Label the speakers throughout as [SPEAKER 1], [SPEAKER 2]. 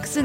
[SPEAKER 1] 楠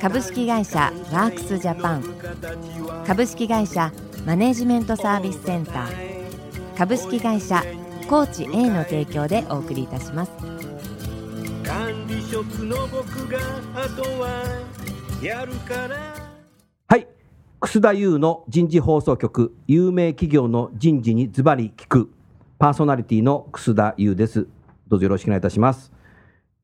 [SPEAKER 1] 株式会社ワークスジャパン株式会社マネジメントサービスセンター株式会社コーチ A の提供でお送りいたします
[SPEAKER 2] 管理職の僕があとはやるから
[SPEAKER 3] はい。楠田優の人事放送局、有名企業の人事にズバリ聞く、パーソナリティの楠田優です。どうぞよろしくお願いいたします。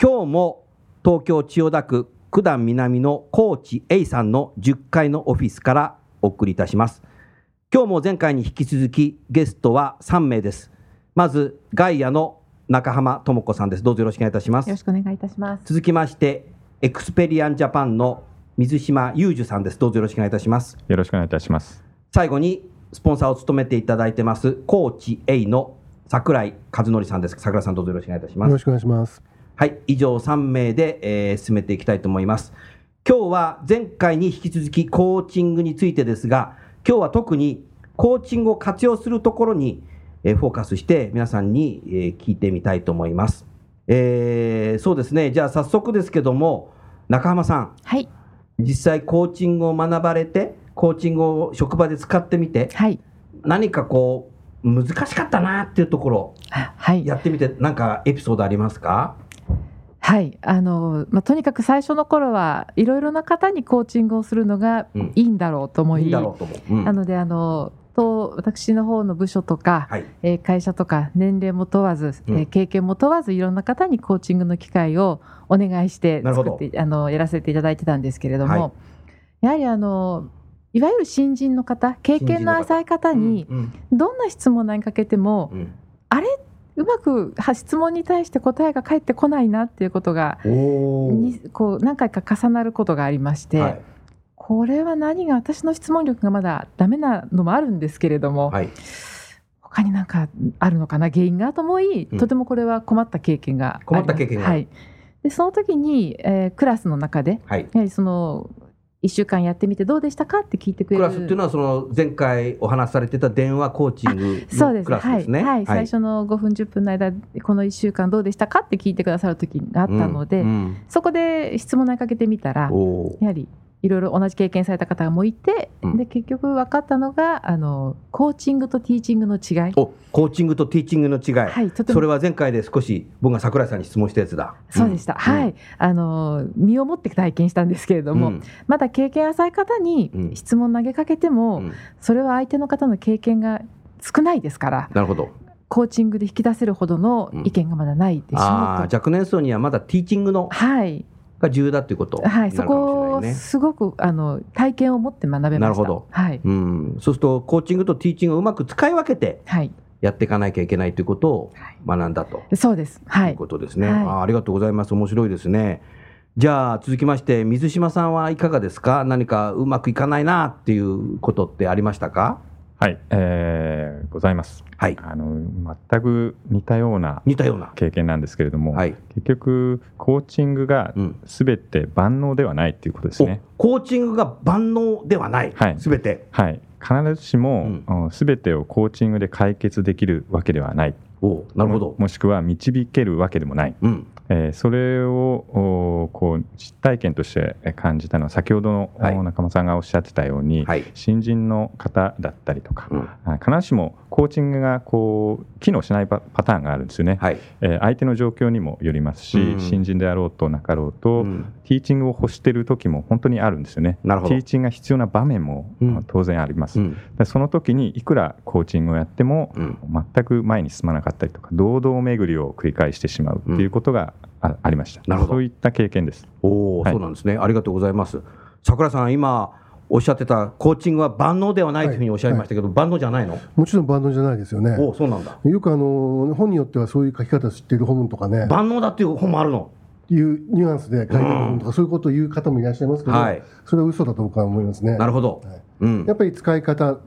[SPEAKER 3] 今日も東京千代田区九段南の高知 A さんの10階のオフィスからお送りいたします。今日も前回に引き続きゲストは3名です。まず、ガイアの中浜智子さんです。どうぞよろしくお願いいたします。
[SPEAKER 4] よろしくお願いいたします。
[SPEAKER 3] 続きましてエクスペリアンジャパンの水島裕樹さんですどうぞよろしくお願いいたします
[SPEAKER 5] よろしくお願いいたします。
[SPEAKER 3] 最後にスポンサーを務めていただいてますコーチ A の桜井和則さんです桜井さんどうぞよろしくお願いいたしま
[SPEAKER 6] よ
[SPEAKER 3] す
[SPEAKER 6] ろしくお願いします。
[SPEAKER 3] はい、以上3名で、えー進めていきたいと思います。今日は前回に引き続きコーチングについてですが、今日は特にコーチングを活用するところに、えーフォーカスして皆さんに、えー聞いてみたいと思います。えーそうですね、じゃあ早速ですけども、中浜さん、
[SPEAKER 4] はい。
[SPEAKER 3] 実際コーチングを学ばれて、コーチングを職場で使ってみて、
[SPEAKER 4] はい。
[SPEAKER 3] 何かこう、難しかったなっていうところ、
[SPEAKER 4] はい。
[SPEAKER 3] やってみて、なんかエピソードありますか
[SPEAKER 4] はい。あの、まあ、とにかく最初の頃はいろいろな方にコーチングをするのが
[SPEAKER 3] うん
[SPEAKER 4] いいんだろうと思い、
[SPEAKER 3] いいんだろうと思う。うん
[SPEAKER 4] なので、あの、と私の方の部署とか、
[SPEAKER 3] はい
[SPEAKER 4] えー会社とか年齢も問わず、
[SPEAKER 3] うん
[SPEAKER 4] えー経験も問わずいろんな方にコーチングの機会をお願いして
[SPEAKER 3] なるほ
[SPEAKER 4] 作
[SPEAKER 3] ど
[SPEAKER 4] ってあのやらせていただいてたんですけれども、
[SPEAKER 3] はい
[SPEAKER 4] やはりあのいわゆる新人の方経験の浅い方に
[SPEAKER 3] うん
[SPEAKER 4] どんな質問を投げかけても、
[SPEAKER 3] うん
[SPEAKER 4] うまくは質問に対して答えが返ってこないなっていうことがにこう何回か重なることがありまして、
[SPEAKER 3] はい
[SPEAKER 4] これは何が私の質問力がまだダメなのもあるんですけれども、
[SPEAKER 3] はい
[SPEAKER 4] 他になんかあるのかな原因がと思い、
[SPEAKER 3] うん
[SPEAKER 4] とてもこれは困った経験があります
[SPEAKER 3] 困った経験がある
[SPEAKER 4] はい、でその時に、えークラスの中で
[SPEAKER 3] はい
[SPEAKER 4] やはりその1週間やってみてどうでしたかって聞いてく
[SPEAKER 3] ク
[SPEAKER 4] れる
[SPEAKER 3] ラスっていうのはその前回お話しされてた電話コーチング
[SPEAKER 4] そうで
[SPEAKER 3] の
[SPEAKER 4] す
[SPEAKER 3] クラスですね。
[SPEAKER 4] はいはい、
[SPEAKER 3] は
[SPEAKER 4] 最
[SPEAKER 3] い
[SPEAKER 4] 初の5分10分の間この1週間どうでしたかって聞いてくださる時があったので、
[SPEAKER 3] うんうん
[SPEAKER 4] そこで質問投げかけてみたら
[SPEAKER 3] おー
[SPEAKER 4] やはりいろいろ同じ経験された方もいて、
[SPEAKER 3] うん
[SPEAKER 4] で結局分かったのがあのコーチングとティーチングの違い。
[SPEAKER 3] おコーチングとティーチングの違い、
[SPEAKER 4] はい、とても
[SPEAKER 3] それは前回で少し僕が桜井さんに質問したやつだ。
[SPEAKER 4] そうでした、
[SPEAKER 3] ん
[SPEAKER 4] は。いあの身をもって体験したんですけれど
[SPEAKER 3] うん
[SPEAKER 4] も、まだ経験浅い方に
[SPEAKER 3] うん
[SPEAKER 4] 質問投げかけて
[SPEAKER 3] う
[SPEAKER 4] も、
[SPEAKER 3] ん
[SPEAKER 4] それは相手の方の経験が少ないですから
[SPEAKER 3] なるほど。
[SPEAKER 4] コーチングで引き出せるほどの意見がまだないでしょうと、
[SPEAKER 3] ああー若年層にはまだティーチングの
[SPEAKER 4] はい、
[SPEAKER 3] が重要だということにな
[SPEAKER 4] はい、
[SPEAKER 3] る
[SPEAKER 4] そ
[SPEAKER 3] かもし
[SPEAKER 4] こを
[SPEAKER 3] れないね。
[SPEAKER 4] すごくあの体験を持って学べました。
[SPEAKER 3] なるほど
[SPEAKER 4] はい、
[SPEAKER 3] うん、そうするとコーチングとティーチングをうまく使い分けて
[SPEAKER 4] はい、
[SPEAKER 3] やっていかなきゃいけないということを学んだと。
[SPEAKER 4] そうです。は
[SPEAKER 3] とい。
[SPEAKER 4] いう
[SPEAKER 3] ことですね、
[SPEAKER 4] はい
[SPEAKER 3] あ。ありがとうございます。面白いですね。じゃあ続きまして水島さんはいかがですか。何かうまくいかないなっていうことってありましたか。
[SPEAKER 5] はい、えーございます。
[SPEAKER 3] はい。
[SPEAKER 5] あの全く似たような
[SPEAKER 3] 似たような。
[SPEAKER 5] 経験なんですけれども、
[SPEAKER 3] はい。
[SPEAKER 5] 結局コーチングが
[SPEAKER 3] うん。
[SPEAKER 5] すべて万能ではないということです
[SPEAKER 3] お
[SPEAKER 5] ね。
[SPEAKER 3] コーチングが万能ではない
[SPEAKER 5] は。い
[SPEAKER 3] すべて。
[SPEAKER 5] はい、必ずし
[SPEAKER 3] う
[SPEAKER 5] もすべ、全てをコーチングで解決できるわけではない。
[SPEAKER 3] おなるほど
[SPEAKER 5] も。もしくは導けるわけでもない。
[SPEAKER 3] うん。
[SPEAKER 5] えーそれをおこう実体験として感じたのは先ほどの、
[SPEAKER 3] はい
[SPEAKER 5] お仲間さんがおっしゃってたように、
[SPEAKER 3] はい。
[SPEAKER 5] 新人の方だったりとか、
[SPEAKER 3] うん。
[SPEAKER 5] あ必ずしもコーチングがこう機能しないパパターンがあるんですよね、
[SPEAKER 3] はい。
[SPEAKER 5] えー相手の状況にもよりますし、
[SPEAKER 3] うん
[SPEAKER 5] 新人であろうとなかろう
[SPEAKER 3] う
[SPEAKER 5] と、
[SPEAKER 3] ん
[SPEAKER 5] ティーチングを欲してる時も本当にあるんですよね
[SPEAKER 3] なるほど
[SPEAKER 5] ティーチングが必要な場面も、
[SPEAKER 3] うん
[SPEAKER 5] あ当然あります、
[SPEAKER 3] うん。
[SPEAKER 5] でその時にいくらコーチングをやっても
[SPEAKER 3] うん。
[SPEAKER 5] 全く前に進まなかったりとか堂々巡りを繰り返してしまうっていうことがあ,、ありました
[SPEAKER 3] なるほど
[SPEAKER 5] そういった経験です
[SPEAKER 3] おお、
[SPEAKER 5] はい
[SPEAKER 3] そうなんですね。ありがとうございます。桜さん今おっしゃってたコーチングは万能ではないというふうにおっしゃいましたけど、万能じゃないの。
[SPEAKER 6] もちろんバンドじゃないですよね。
[SPEAKER 3] おお、そうなんだ。
[SPEAKER 6] よくあの本によってはそういう書き方知っている本とかね。
[SPEAKER 3] 万能だっていう本もあるの。
[SPEAKER 6] いうニュアンスで書いてある本とか、そういうことを言う方もいらっしゃいますけど、
[SPEAKER 3] はい
[SPEAKER 6] それは嘘だと僕は思いますね。
[SPEAKER 3] なるほど、
[SPEAKER 6] はい
[SPEAKER 3] うん
[SPEAKER 6] やっぱり使い方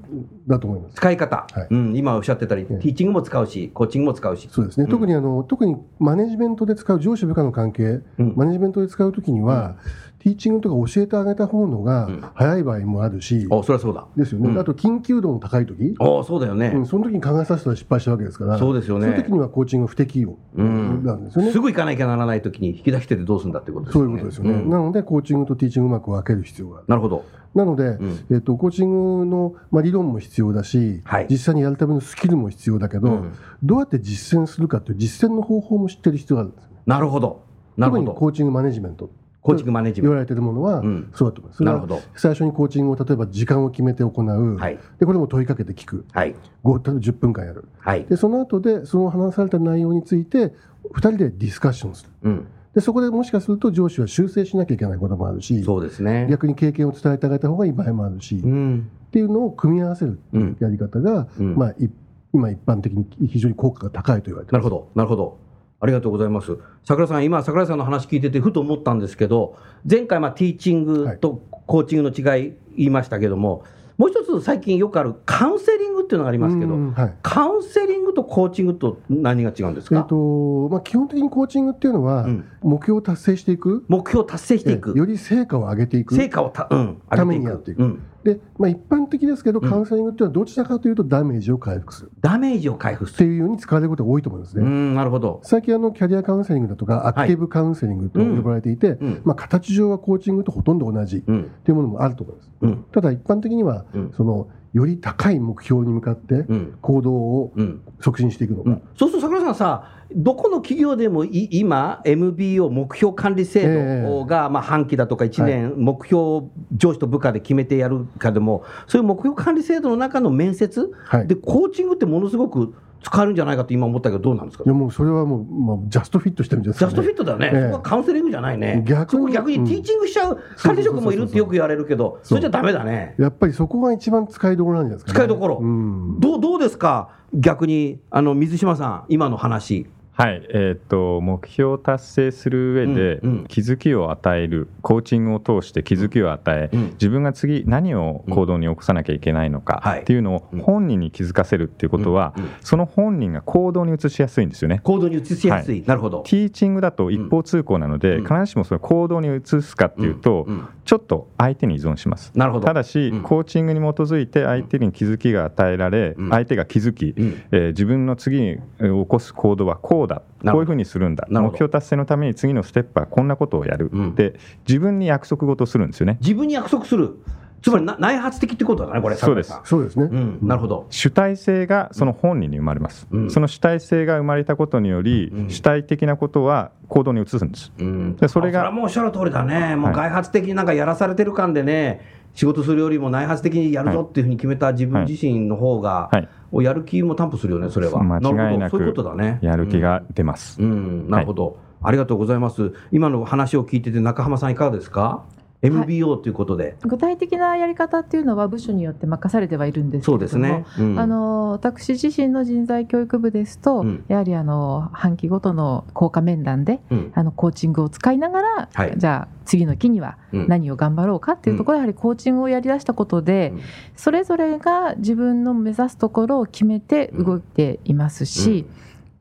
[SPEAKER 6] だと思います。
[SPEAKER 3] 使い方、
[SPEAKER 6] はい
[SPEAKER 3] うん、今おっしゃってたり、
[SPEAKER 6] ええ
[SPEAKER 3] ティーチングも使うし、コーチングも使うし、
[SPEAKER 6] そうですね、
[SPEAKER 3] ん
[SPEAKER 6] 特にあの特にマネジメントで使う上司部下の関係、
[SPEAKER 3] うん
[SPEAKER 6] マネジメントで使うときには、ティーチングとか教えてあげた方のが
[SPEAKER 3] うん
[SPEAKER 6] 早い場合もあるし、
[SPEAKER 3] おそりゃそうだ、
[SPEAKER 6] ですよね、
[SPEAKER 3] うん
[SPEAKER 6] あと緊急度の高いとき、
[SPEAKER 3] おそうだよね、
[SPEAKER 6] うんその時に考えさせたら失敗したわけですから、
[SPEAKER 3] そうですよね
[SPEAKER 6] その時にはコーチング不適用
[SPEAKER 3] うん
[SPEAKER 6] なんですよね。
[SPEAKER 3] すぐ行かなきゃならないときに引き出しててどうするんだってことです
[SPEAKER 6] そ
[SPEAKER 3] よ
[SPEAKER 6] う
[SPEAKER 3] ね。
[SPEAKER 6] いうことですよね、
[SPEAKER 3] うん
[SPEAKER 6] なので、コーチングとティーチングをうまく分ける必要がある。
[SPEAKER 3] なるほど、
[SPEAKER 6] なので、
[SPEAKER 3] ん
[SPEAKER 6] えっとコーチングの、まあ、理論も必要だし、
[SPEAKER 3] はい
[SPEAKER 6] 実際にやるためのスキルも必要だけど、
[SPEAKER 3] うん
[SPEAKER 6] どうやって実践するかっていう実践の方法も知ってる必要があるんですよ
[SPEAKER 3] なるほど、なる
[SPEAKER 6] 特
[SPEAKER 3] ほ
[SPEAKER 6] にコ
[SPEAKER 3] ど、
[SPEAKER 6] ーチングマネジメント
[SPEAKER 3] コーチングマネジメ
[SPEAKER 6] 言
[SPEAKER 3] ン
[SPEAKER 6] われてるものは
[SPEAKER 3] うん
[SPEAKER 6] そうだと思いま
[SPEAKER 3] ト、
[SPEAKER 6] す、それ
[SPEAKER 3] な
[SPEAKER 6] は
[SPEAKER 3] るほど、
[SPEAKER 6] 最初にコーチングを例えば時間を決めて行う、
[SPEAKER 3] はい、
[SPEAKER 6] でこれも問いかけて聞く
[SPEAKER 3] はい、
[SPEAKER 6] ご例えば10分間やる
[SPEAKER 3] はい、
[SPEAKER 6] でその後でその話された内容について2人でディスカッションする
[SPEAKER 3] うん、
[SPEAKER 6] でそこでもしかすると上司は修正しなきゃいけないこともあるし
[SPEAKER 3] そうですね。
[SPEAKER 6] 逆に経験を伝えてあげた方がいい場合もあるし、
[SPEAKER 3] う
[SPEAKER 6] っ
[SPEAKER 3] ん、
[SPEAKER 6] ていうのを組み合わせる
[SPEAKER 3] うん、
[SPEAKER 6] やり方が、
[SPEAKER 3] うん
[SPEAKER 6] まあ、い今一般的に非常に効果が高いと言われて
[SPEAKER 3] な
[SPEAKER 6] ま
[SPEAKER 3] る
[SPEAKER 6] す
[SPEAKER 3] ほど、なるほど。ありがとうございます。桜井さん、今、桜井さんの話聞いてて、ふと思ったんですけど、前回、まあ、ティーチングとコーチングの違い言いましたけども、もう一つ最近よくあるカウンセリングっていうのがありますけ
[SPEAKER 6] う
[SPEAKER 3] ど、
[SPEAKER 6] んはい
[SPEAKER 3] カウンセリングとコーチングと何が違うんです
[SPEAKER 6] え
[SPEAKER 3] か、
[SPEAKER 6] ーとまあ、基本的にコーチングっていうのは、
[SPEAKER 3] うん
[SPEAKER 6] 目標を達成していく
[SPEAKER 3] 目標を達成してい
[SPEAKER 6] ええ
[SPEAKER 3] く、
[SPEAKER 6] より成果を上げていく
[SPEAKER 3] 成果をた、うん、
[SPEAKER 6] た
[SPEAKER 3] 上げ
[SPEAKER 6] め
[SPEAKER 3] てい
[SPEAKER 6] にや
[SPEAKER 3] く
[SPEAKER 6] っていく
[SPEAKER 3] うん、
[SPEAKER 6] で、まあ、一般的ですけど、
[SPEAKER 3] うん
[SPEAKER 6] カウンセリングっていうのはどちらかというとダメージを回復する
[SPEAKER 3] ダメージを回復
[SPEAKER 6] っ
[SPEAKER 3] す
[SPEAKER 6] て
[SPEAKER 3] る。
[SPEAKER 6] いうように使われることが多いと思います
[SPEAKER 3] う
[SPEAKER 6] ね。
[SPEAKER 3] ん、なるほど。
[SPEAKER 6] 最近あのキャリアカウンセリングだとかアクティブカウンセリングと
[SPEAKER 3] うん
[SPEAKER 6] 呼ばれていて、
[SPEAKER 3] うん
[SPEAKER 6] まあ、形上はコーチングとほとんど同じ
[SPEAKER 3] うん、
[SPEAKER 6] というものもあると思います。
[SPEAKER 3] うん、
[SPEAKER 6] ただ一般的には、
[SPEAKER 3] うん
[SPEAKER 6] そのより高い目標に向かって
[SPEAKER 3] うん、
[SPEAKER 6] 行動を
[SPEAKER 3] うん。
[SPEAKER 6] 促進していくの
[SPEAKER 3] う
[SPEAKER 6] が、
[SPEAKER 3] んそうすると桜井さんさ、どこの企業でもい今、MBO 目標管理制度が、まあ、半期だとか1年、目標を上司と部下で決めてやるかでも、そういう目標管理制度の中の面接、
[SPEAKER 6] はい
[SPEAKER 3] でコーチングってものすごく使えるんじゃないかと今思ったけど、どうなんですか、
[SPEAKER 6] いやもうそれはもう、まあ、ジャストフィットしてるんじゃな
[SPEAKER 3] ジ
[SPEAKER 6] いで
[SPEAKER 3] ャ
[SPEAKER 6] す
[SPEAKER 3] スト
[SPEAKER 6] か、
[SPEAKER 3] フ
[SPEAKER 6] ね
[SPEAKER 3] ィットだよね、
[SPEAKER 6] ええ
[SPEAKER 3] そこはカウンセリングじゃないね、
[SPEAKER 6] 逆に
[SPEAKER 3] そこ逆
[SPEAKER 6] うん
[SPEAKER 3] にティーチングしちゃう管理職もいるってよく言われるけど、それじゃだめだね。
[SPEAKER 6] やっぱりそこが一番使いどころなんじゃないですか、ね、
[SPEAKER 3] 使いどころ
[SPEAKER 6] うん
[SPEAKER 3] どうどうですか、逆にあの水島さん、今の話。
[SPEAKER 5] はい、えー、と目標を達成する上で、
[SPEAKER 3] うんうん
[SPEAKER 5] 気づきを与えるコーチングを通して気づきを与え、
[SPEAKER 3] うん
[SPEAKER 5] 自分が次何を行動に起こさなきゃいけないの
[SPEAKER 3] はい
[SPEAKER 5] かっていうのを
[SPEAKER 3] うん
[SPEAKER 5] 本人に気づかせるっていうことは、
[SPEAKER 3] うんうん
[SPEAKER 5] その本人が行動に移しやすいんですよね。
[SPEAKER 3] 行動に移しやすい、なるほど。
[SPEAKER 5] ティーチングだと一方通行なので、
[SPEAKER 3] うん
[SPEAKER 5] 必ずしもその行動に移すかっていうと、
[SPEAKER 3] うんうん
[SPEAKER 5] ちょっと相手に依存します。
[SPEAKER 3] なるほど。
[SPEAKER 5] ただし、
[SPEAKER 3] うん
[SPEAKER 5] コーチングに基づいて相手に気づきが与えられ、
[SPEAKER 3] うん
[SPEAKER 5] 相手が気づき、
[SPEAKER 3] うん
[SPEAKER 5] えー自分の次にえー起こす行動はこうだ
[SPEAKER 3] なるほど
[SPEAKER 5] こういうふうにするんだ
[SPEAKER 3] なるほど
[SPEAKER 5] 目標達成のために次のステップはこんなことをやる、
[SPEAKER 3] うん
[SPEAKER 5] で自分に約束事をするんですよね
[SPEAKER 3] 自分に約束する、つまりな内発的ってことだね、これ、
[SPEAKER 5] そうです
[SPEAKER 3] 桜井
[SPEAKER 6] そうですね、
[SPEAKER 3] さんうん、なるほど、
[SPEAKER 5] 主体性がその本人に生まれます、
[SPEAKER 3] うん
[SPEAKER 5] その主体性が生まれたことにより、
[SPEAKER 3] うん
[SPEAKER 5] 主体的なことは行動に移すんです
[SPEAKER 3] うん
[SPEAKER 5] でそれが
[SPEAKER 3] あそれはもうおっしゃる通りだね、もう
[SPEAKER 5] はい
[SPEAKER 3] 外発的になんかやらされてる感でね、仕事するよりも内発的にやるぞっていうふうに決めた自分自身の方が、
[SPEAKER 5] はい
[SPEAKER 3] をやる気も担保するよね、それは。
[SPEAKER 5] 間違い
[SPEAKER 3] る
[SPEAKER 5] な
[SPEAKER 3] ほどそういう
[SPEAKER 5] く
[SPEAKER 3] ことだね。
[SPEAKER 5] やる気が出ます、
[SPEAKER 3] うん、うんなるほど、ありがとうございます。今の話を聞いてて、中浜さん、いかがですか、MBO ということで、
[SPEAKER 4] 具体的なやり方っていうのは部署によって任されてはいるんですけ
[SPEAKER 3] そ
[SPEAKER 4] れ
[SPEAKER 3] う
[SPEAKER 4] ども
[SPEAKER 3] ですね。うん
[SPEAKER 4] あの私自身の人材教育部ですと、
[SPEAKER 3] うん
[SPEAKER 4] やはりあの半期ごとの効果面談で
[SPEAKER 3] うん
[SPEAKER 4] あのコーチングを使いながら、
[SPEAKER 3] はい
[SPEAKER 4] じゃあ次の期には
[SPEAKER 3] うん
[SPEAKER 4] 何を頑張ろうかっていうところ、やはりコーチングをやりだしたことで、
[SPEAKER 3] うん
[SPEAKER 4] それぞれが自分の目指すところを決めて動いていますし、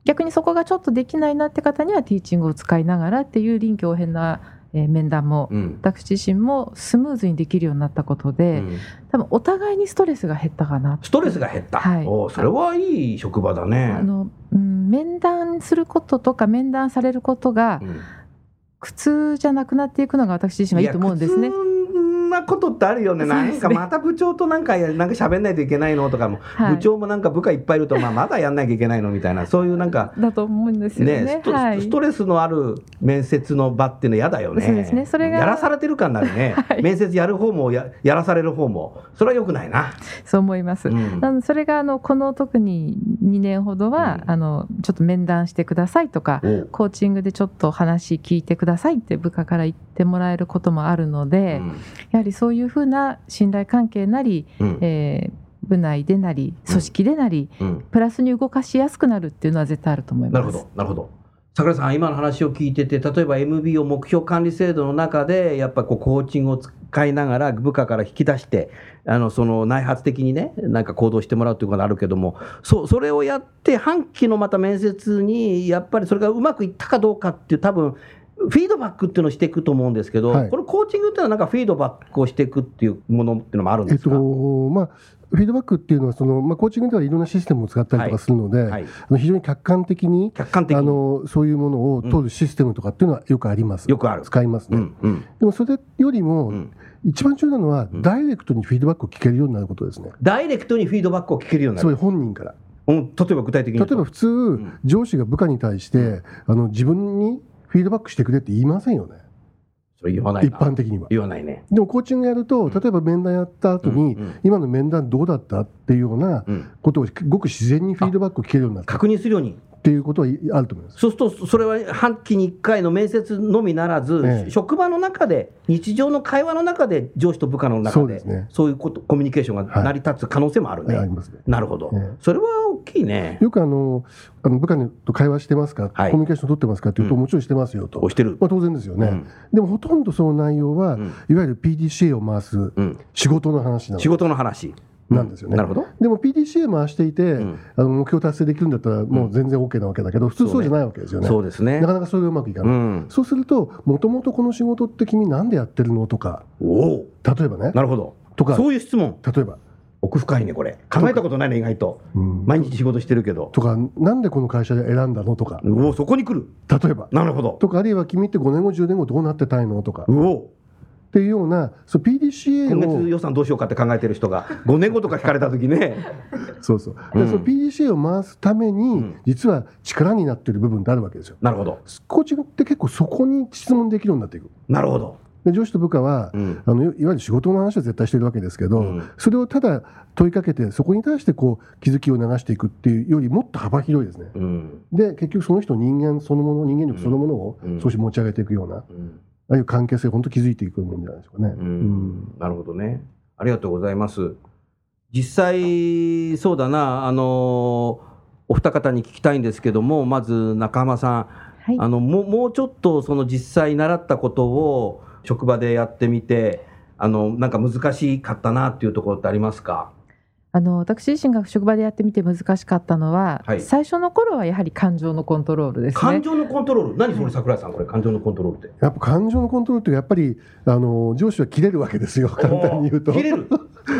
[SPEAKER 4] 逆にそこがちょっとできないなって方にはティーチングを使いながらっていう臨機応変な、えー面談も、
[SPEAKER 3] うん
[SPEAKER 4] 私自身もスムーズにできるようになったこと
[SPEAKER 3] う
[SPEAKER 4] で、
[SPEAKER 3] ん
[SPEAKER 4] 多分お互いにストレスが減ったかな
[SPEAKER 3] ストレスが減った、
[SPEAKER 4] はい
[SPEAKER 3] おうそれはいい職場だね。
[SPEAKER 4] あの、うん、面談することとか面談されることが
[SPEAKER 3] うん
[SPEAKER 4] 苦痛じゃなくなっていくのが私自身はいいと思うんですね
[SPEAKER 3] いや。苦痛なことってあるよね。
[SPEAKER 4] そう
[SPEAKER 3] な
[SPEAKER 4] ですね
[SPEAKER 3] んかまた部長となんかやなんか喋んないといけないのとかも、
[SPEAKER 4] はい
[SPEAKER 3] 部長もなんか部下いっぱいいるとまあまだやんなきゃいけないのみたいなそういうなんか
[SPEAKER 4] だと思うんですよね。
[SPEAKER 3] ねスト
[SPEAKER 4] はい、
[SPEAKER 3] ストレスのある面接の場っていうの嫌だよね。
[SPEAKER 4] そうですねそれが
[SPEAKER 3] やらされてる感になるね。
[SPEAKER 4] はい
[SPEAKER 3] 面接やる方もややらされる方もそれは良くないな。
[SPEAKER 4] そう思います。
[SPEAKER 3] うん
[SPEAKER 4] なのでそれがあのこの特に2年ほどは、
[SPEAKER 3] うん
[SPEAKER 4] あのちょっと面談してくださいとか
[SPEAKER 3] おう
[SPEAKER 4] コーチングでちょっと話聞いてくださいって部下から言ってもらえることもあるので、
[SPEAKER 3] うん
[SPEAKER 4] やはりそういうふうな信頼関係なり、
[SPEAKER 3] うん
[SPEAKER 4] えー部内でなり組織でなり、
[SPEAKER 3] うん
[SPEAKER 4] プラスに動かしやすくなるっていうのは絶対あると思い
[SPEAKER 3] な
[SPEAKER 4] ま
[SPEAKER 3] るほ
[SPEAKER 4] す
[SPEAKER 3] ど。なるほど。桜井さん、今の話を聞いてて、例えば MBO 目標管理制度の中で、やっぱこうコーチングを使いながら、部下から引き出して、あのその内発的にね、なんか行動してもらうということがあるけども、そうそれをやって、半期のまた面接に、やっぱりそれがうまくいったかどうかっていう、多分フィードバックっていうのをしていくと思うんですけど、
[SPEAKER 6] はい
[SPEAKER 3] このコーチングっていうのは、なんかフィードバックをしていくっていうものっていうのもあるん
[SPEAKER 6] え
[SPEAKER 3] で
[SPEAKER 6] っ
[SPEAKER 3] すか、
[SPEAKER 6] とまあ、フィードバックっていうのはその、まあ、コーチングではいろんなシステムを使ったりとかするので、
[SPEAKER 3] はい、
[SPEAKER 6] あの非常に客観的に
[SPEAKER 3] 客観的
[SPEAKER 6] あ
[SPEAKER 3] に。
[SPEAKER 6] のそういうものを取るシステムとかっていうのはよくあります、
[SPEAKER 3] よくある
[SPEAKER 6] 使います
[SPEAKER 3] う
[SPEAKER 6] ね、
[SPEAKER 3] んうん
[SPEAKER 6] でもそれよりも、
[SPEAKER 3] うん
[SPEAKER 6] 一番重要なのは、
[SPEAKER 3] うん
[SPEAKER 6] ダイレクトにフィードバックを聞けるようになることですね、
[SPEAKER 3] ダイレクトにフィードバックを聞けるようにな
[SPEAKER 6] つま
[SPEAKER 3] る、
[SPEAKER 6] り本人から。
[SPEAKER 3] うん、例えば具体的に言
[SPEAKER 6] 例
[SPEAKER 3] う
[SPEAKER 6] え
[SPEAKER 3] と
[SPEAKER 6] ば普通、
[SPEAKER 3] ん
[SPEAKER 6] 上司が部下に対してあの自分にフィードバックしてくれって言いませんよね、
[SPEAKER 3] そう言わない
[SPEAKER 6] 一
[SPEAKER 3] な
[SPEAKER 6] 般的には。
[SPEAKER 3] 言わないね。
[SPEAKER 6] でもコーチングやると、例えば面談やった後に、
[SPEAKER 3] うんうん
[SPEAKER 6] 今の面談どうだったっていうような
[SPEAKER 3] うん
[SPEAKER 6] ことをごく自然にフィードバックを聞けるようになったっ
[SPEAKER 3] 確認するように、
[SPEAKER 6] ていうことはいあると思います。
[SPEAKER 3] そうすると、それは半期に1回の面接のみならず、
[SPEAKER 6] ええ
[SPEAKER 3] 職場の中で、日常の会話の中で、上司と部下の中で、
[SPEAKER 6] そうですね
[SPEAKER 3] そういうことコミュニケーションが成り立つ可能性もあるね。
[SPEAKER 6] ありますね
[SPEAKER 3] なるほど、
[SPEAKER 6] ええ
[SPEAKER 3] それは大きいね。
[SPEAKER 6] よくあのあの部下と会話してますか、
[SPEAKER 3] はい
[SPEAKER 6] コミュニケーション取ってますかっていうと、
[SPEAKER 3] うん
[SPEAKER 6] もちろんしてますよと、
[SPEAKER 3] 押してる。
[SPEAKER 6] まあ、当然ですよね、
[SPEAKER 3] うん
[SPEAKER 6] でもほとんどその内容は、
[SPEAKER 3] うん
[SPEAKER 6] いわゆる PDCA を回す
[SPEAKER 3] うん
[SPEAKER 6] 仕事の話なの
[SPEAKER 3] 仕事の話
[SPEAKER 6] なんですよね
[SPEAKER 3] なるほど。
[SPEAKER 6] でも PDCA 回していて、
[SPEAKER 3] ん
[SPEAKER 6] あの目標達成できるんだったら、もう全然 OK なわけだけど、普通
[SPEAKER 3] そ
[SPEAKER 6] そうう
[SPEAKER 3] ね
[SPEAKER 6] じゃないわけですよね。
[SPEAKER 3] そうですね
[SPEAKER 6] な。かなかそれがうまくいか
[SPEAKER 3] う
[SPEAKER 6] ない。
[SPEAKER 3] ん、
[SPEAKER 6] そうすると、もともとこの仕事って君、なんでやってるのとか、
[SPEAKER 3] おお、
[SPEAKER 6] 例えばね、
[SPEAKER 3] なるほど。
[SPEAKER 6] とか、
[SPEAKER 3] そ
[SPEAKER 6] 例
[SPEAKER 3] ういう質問、
[SPEAKER 6] えば、
[SPEAKER 3] 奥深いね、これ。考えたことないね、意外と。
[SPEAKER 6] うん
[SPEAKER 3] 毎日仕事してるけど。
[SPEAKER 6] とか、なんでこの会社で選んだのとか、
[SPEAKER 3] おお、そこに来る。
[SPEAKER 6] 例えば、
[SPEAKER 3] なるほど。
[SPEAKER 6] とか、あるいは君って5年後、10年後、どうなってたいのとか、
[SPEAKER 3] うお
[SPEAKER 6] っていうような、そう
[SPEAKER 3] 今
[SPEAKER 6] PDCA
[SPEAKER 3] 月
[SPEAKER 6] を、
[SPEAKER 3] 予算どうしようかって考えてる人が5年後とか聞かれた時ね
[SPEAKER 6] そうそう、
[SPEAKER 3] う
[SPEAKER 6] で
[SPEAKER 3] ん
[SPEAKER 6] その PDCA を回すために、
[SPEAKER 3] ん
[SPEAKER 6] 実は力になってる部分ってあるわけですよ。
[SPEAKER 3] なるほど
[SPEAKER 6] コーチングって結構そこに質問できるようになっていく。
[SPEAKER 3] なるほど、
[SPEAKER 6] で上司と部下は、
[SPEAKER 3] うん
[SPEAKER 6] あのいわゆる仕事の話は絶対してるわけですけど、
[SPEAKER 3] うん
[SPEAKER 6] それをただ問いかけてそこに対してこう気づきを流していくっていうよりもっと幅広いですね
[SPEAKER 3] うん
[SPEAKER 6] で結局その人人間そのもの人間力そのものを
[SPEAKER 3] うん
[SPEAKER 6] 少し持ち上げていくような、あ
[SPEAKER 3] うん
[SPEAKER 6] あいう関係性を本当気づいていくもんじゃないでしょうかね、
[SPEAKER 3] う
[SPEAKER 6] うん
[SPEAKER 3] んなるほどねありがとうございます実際そうだなあのお二方に聞きたいんですけどもまず中浜さん
[SPEAKER 4] はい
[SPEAKER 3] あのもうもうちょっとその実際習ったことを職場でやってみてあのなんか難しかったなっていうところってありますか
[SPEAKER 4] あの私自身が職場でやってみて難しかったのは、
[SPEAKER 3] はい
[SPEAKER 4] 最初の頃はやはり感情のコントロールです
[SPEAKER 3] 感
[SPEAKER 4] ね。
[SPEAKER 3] 情のコントロール何それ桜井さんこれ感情のコントロールって
[SPEAKER 6] やっぱ感情のコントロールってやっぱりあの上司は切れるわけですよ簡単に言うと
[SPEAKER 3] 切れる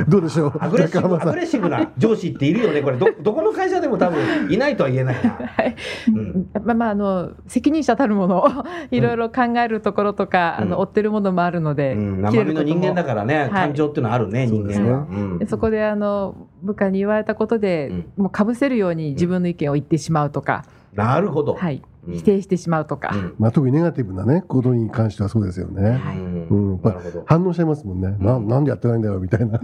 [SPEAKER 6] どうでしょう
[SPEAKER 3] アグレッシ
[SPEAKER 6] 高
[SPEAKER 3] ブ
[SPEAKER 6] 浜
[SPEAKER 3] ア
[SPEAKER 6] さ
[SPEAKER 3] グ
[SPEAKER 6] ん
[SPEAKER 3] レッシブな上司っているよね、これど、 どこの会社でも多分いないとは言えないな。
[SPEAKER 4] はい
[SPEAKER 3] うん
[SPEAKER 4] まあまあ、あの責任者たるものを いろいろ考えるところとか、
[SPEAKER 3] うん
[SPEAKER 4] あの追ってるものもあるので、
[SPEAKER 3] うん、
[SPEAKER 4] 切
[SPEAKER 3] 生
[SPEAKER 4] れ
[SPEAKER 3] 身
[SPEAKER 4] るこ
[SPEAKER 3] の
[SPEAKER 4] とも
[SPEAKER 3] 人間だからね、
[SPEAKER 4] い
[SPEAKER 3] 感情っていうのはあるね、人間は。うん
[SPEAKER 4] でそこであの部下に言われたことで、もうかぶせるように自分の意見を言ってしまうとか、
[SPEAKER 3] なるほど。
[SPEAKER 4] はい、
[SPEAKER 3] うん
[SPEAKER 4] 否定してしまうとか、
[SPEAKER 3] うん
[SPEAKER 6] まあ、特にネガティブな、ね、ことに関してはそうですよね、
[SPEAKER 4] はい
[SPEAKER 3] うんなるほど。
[SPEAKER 6] 反応しちゃいますもんね、な
[SPEAKER 3] うん
[SPEAKER 6] なんでやってないんだよみたいな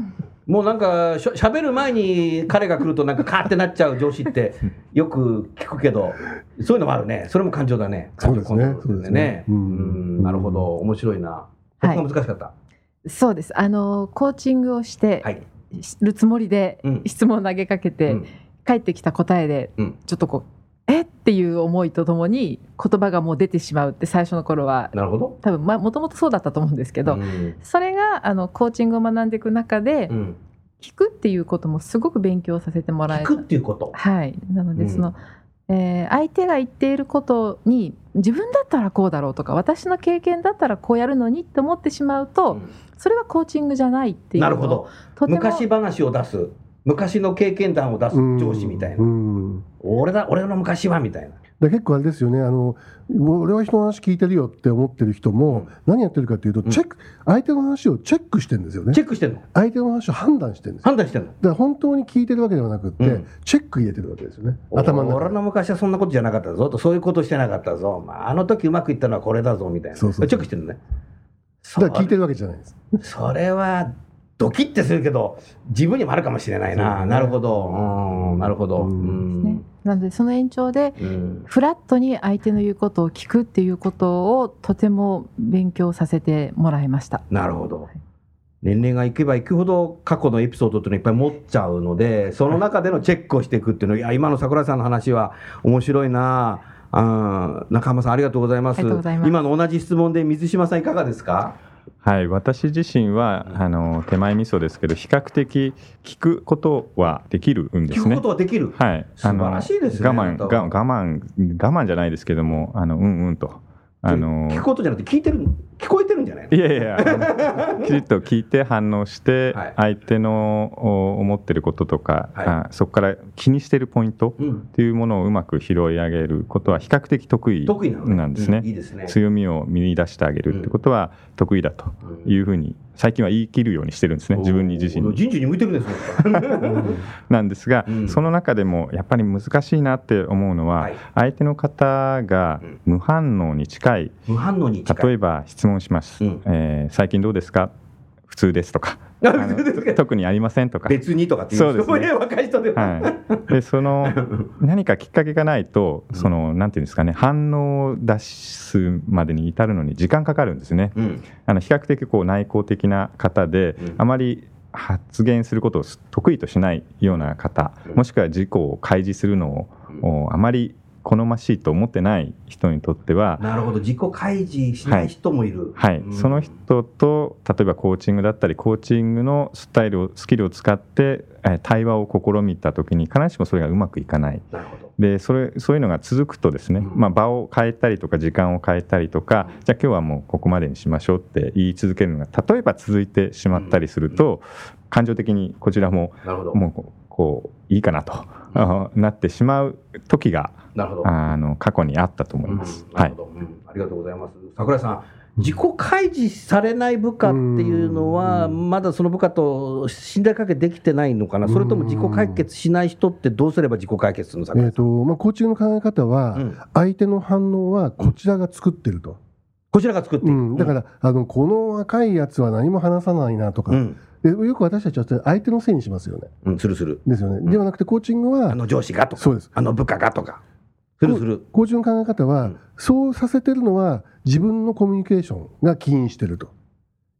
[SPEAKER 3] もうなんかしゃ喋る前に彼が来るとなんかカーってなっちゃう上司 ってよく聞くけどそういうのもあるねそれも感情だね
[SPEAKER 6] そうですね
[SPEAKER 3] 感情コントロールでね
[SPEAKER 6] そうですねうん
[SPEAKER 3] うんなるほど面白いなこ
[SPEAKER 4] はい
[SPEAKER 3] こが難しかった
[SPEAKER 4] そうですあのコーチングをして
[SPEAKER 3] はい
[SPEAKER 4] るつもりで
[SPEAKER 3] うん
[SPEAKER 4] 質問を投げかけて、
[SPEAKER 3] うん
[SPEAKER 4] 返ってきた答えで、
[SPEAKER 3] うん
[SPEAKER 4] ちょっとこうえっていう思いとともに言葉がもう出てしまうって最初の頃は
[SPEAKER 3] なるほど
[SPEAKER 4] 多分まあもともとそうだったと思うんですけ
[SPEAKER 3] う
[SPEAKER 4] ど、
[SPEAKER 3] ん
[SPEAKER 4] それがあのコーチングを学んでいく中で、
[SPEAKER 3] うん
[SPEAKER 4] 聞くっていうこともすごく勉強させてもらえ
[SPEAKER 3] 聞くっていうこと
[SPEAKER 4] はい、なの
[SPEAKER 3] う
[SPEAKER 4] で
[SPEAKER 3] ん
[SPEAKER 4] その、えー相手が言っていることに自分だったらこうだろうとか私の経験だったらこうやるのにって思ってしまうと、
[SPEAKER 3] うん
[SPEAKER 4] それはコーチングじゃないっていう
[SPEAKER 3] な
[SPEAKER 4] の
[SPEAKER 3] る
[SPEAKER 4] を
[SPEAKER 3] ほど
[SPEAKER 4] とても
[SPEAKER 3] 昔話を出す昔の経験談を出す上司みたいな、
[SPEAKER 6] うんうん
[SPEAKER 3] 俺だ俺の昔はみたいな
[SPEAKER 6] だから結構あれですよねあの、俺は人の話聞いてるよって思ってる人も、何やってるかというと、
[SPEAKER 3] ん
[SPEAKER 6] チェック、相手の話をチェックしてるんですよね
[SPEAKER 3] チ、ェックしてんの
[SPEAKER 6] 相手の話を判断してるんですよ、
[SPEAKER 3] 判断してんの
[SPEAKER 6] だから本当に聞いてるわけではなくって、
[SPEAKER 3] うん
[SPEAKER 6] チェック入れてるわけですよね、頭の中
[SPEAKER 3] 俺
[SPEAKER 6] で
[SPEAKER 3] の昔はそんなことじゃなかったぞとそういうことしてなかったぞ、まあ、あの時うまくいったのはこれだぞみたいな
[SPEAKER 6] そうそうそう
[SPEAKER 3] チェックしてるのね
[SPEAKER 6] だから聞いてるわけじゃないです。
[SPEAKER 3] それはドキッてするけど自分にもあるかもしれない
[SPEAKER 6] そう
[SPEAKER 3] な、
[SPEAKER 6] ね
[SPEAKER 3] なるほどうんなるほどう
[SPEAKER 6] うん
[SPEAKER 3] ん
[SPEAKER 4] ね、なのでその延長で
[SPEAKER 3] うん
[SPEAKER 4] フラットに相手の言うことを聞くっていうことをとても勉強させてもらいました。
[SPEAKER 3] なるほど
[SPEAKER 4] はい
[SPEAKER 3] 年齢がいけばいくほど過去のエピソードっていうのをいっぱい持っちゃうのでその中でのチェックをしていくっていうのいや今の桜井さんの話は面白いなあー中浜さんありがとうございます
[SPEAKER 4] ありがとうございます
[SPEAKER 3] 今の同じ質問で水島さんいかがですか
[SPEAKER 5] はい、私自身はあの手前味噌ですけど比較的聞くことはできるんで
[SPEAKER 3] 聞
[SPEAKER 5] す
[SPEAKER 3] く
[SPEAKER 5] ね
[SPEAKER 3] こ。とはできる、
[SPEAKER 5] はい、
[SPEAKER 3] 素晴らしいですね
[SPEAKER 5] あの
[SPEAKER 3] あ
[SPEAKER 5] 我
[SPEAKER 3] なた
[SPEAKER 5] 慢
[SPEAKER 3] は
[SPEAKER 5] が我慢我慢じゃないですけどもあのうんうんとあの
[SPEAKER 3] 聞くことじゃなくて聞いてる聞こえてるんじゃないの
[SPEAKER 5] いやいやあ のきちっと聞いて反応して、
[SPEAKER 3] はい
[SPEAKER 5] 相手のお思ってることとか、
[SPEAKER 3] はい
[SPEAKER 5] あそこから気にしてるポイントっ
[SPEAKER 3] うん、
[SPEAKER 5] ていうものをうまく拾い上げることは比較的得意
[SPEAKER 3] 得意なのね
[SPEAKER 5] なんですね
[SPEAKER 3] うんいいですね
[SPEAKER 5] 強みを見出してあげるってことは得意だというふうに最近は言い切るようにしてるんですね自分に自身
[SPEAKER 3] おー
[SPEAKER 5] に。
[SPEAKER 3] 人事に向いてるんですね
[SPEAKER 5] なんですが、
[SPEAKER 3] うん
[SPEAKER 5] その中でもやっぱり難しいなって思うのは、
[SPEAKER 3] はい
[SPEAKER 5] 相手の方が
[SPEAKER 3] うん
[SPEAKER 5] 無反応に近い
[SPEAKER 3] 無反応に近い
[SPEAKER 5] 例えば質問します、
[SPEAKER 3] うん
[SPEAKER 5] えー最近どうですか普通です とかあの
[SPEAKER 3] 普通ですか
[SPEAKER 5] 特にありませんとか、
[SPEAKER 3] 別にとかっていう
[SPEAKER 5] そうですね
[SPEAKER 3] いう 若い人では、
[SPEAKER 5] はい、で その何かきっかけがないと
[SPEAKER 3] うん
[SPEAKER 5] そのなんていうんですかね反応を出すまでに至るのに時間かかるんですね
[SPEAKER 3] うん
[SPEAKER 5] あの比較的こう内向的な方で、
[SPEAKER 3] うん
[SPEAKER 5] あまり発言することを得意としないような方、
[SPEAKER 3] うん
[SPEAKER 5] もしくは自己を開示するの
[SPEAKER 3] う
[SPEAKER 5] を、おあまり好ましいと思ってない人にとっては、
[SPEAKER 3] なるほど自己開示しない人もいる、
[SPEAKER 5] はい
[SPEAKER 3] うん
[SPEAKER 5] その人と例えばコーチングだったりコーチングのスタイルをスキルを使ってえー対話を試みた時に必ずしもそれがうまくいかない。
[SPEAKER 3] なるほど
[SPEAKER 5] でそれそういうのが続くとですね、
[SPEAKER 3] うん
[SPEAKER 5] まあ、場を変えたりとか時間を変えたりとか、じゃあ今日はもうここまでにしましょうって言い続けるのが例えば続いてしまったりすると、感情的にこちらも
[SPEAKER 3] なるほど
[SPEAKER 5] もうこうこういいかなと、あなってしまう時が
[SPEAKER 3] なるほど
[SPEAKER 5] あの過去にあったと思います。
[SPEAKER 3] うん、
[SPEAKER 5] は
[SPEAKER 3] ないるほど、うんありがとうございます桜井さん自己開示されない部下っていうのは、
[SPEAKER 6] うん
[SPEAKER 3] まだその部下と信頼関係できてないのかな、それとも自己解決しない人ってどうすれば自己解決するの、
[SPEAKER 6] え
[SPEAKER 3] 桜
[SPEAKER 6] ー
[SPEAKER 3] 井さん。
[SPEAKER 6] とまあ、コーチングの考え方は、
[SPEAKER 3] うん
[SPEAKER 6] 相手の反応はこちらが作ってると、
[SPEAKER 3] こちらが作っている、
[SPEAKER 6] うんだから、あのこの若いやつは何も話さないなとか、
[SPEAKER 3] うん、
[SPEAKER 6] でよく私たちは相手のせいにしますよね。
[SPEAKER 3] うん、するする、
[SPEAKER 6] ですよね、ではなくてコーチング
[SPEAKER 3] あ
[SPEAKER 6] は
[SPEAKER 3] の上司がとか、
[SPEAKER 6] そうです
[SPEAKER 3] あの部下がとか、するする、
[SPEAKER 6] コーチングの考え方は、
[SPEAKER 3] うん
[SPEAKER 6] そうさせてるのは自分のコミュニケーションが起因してると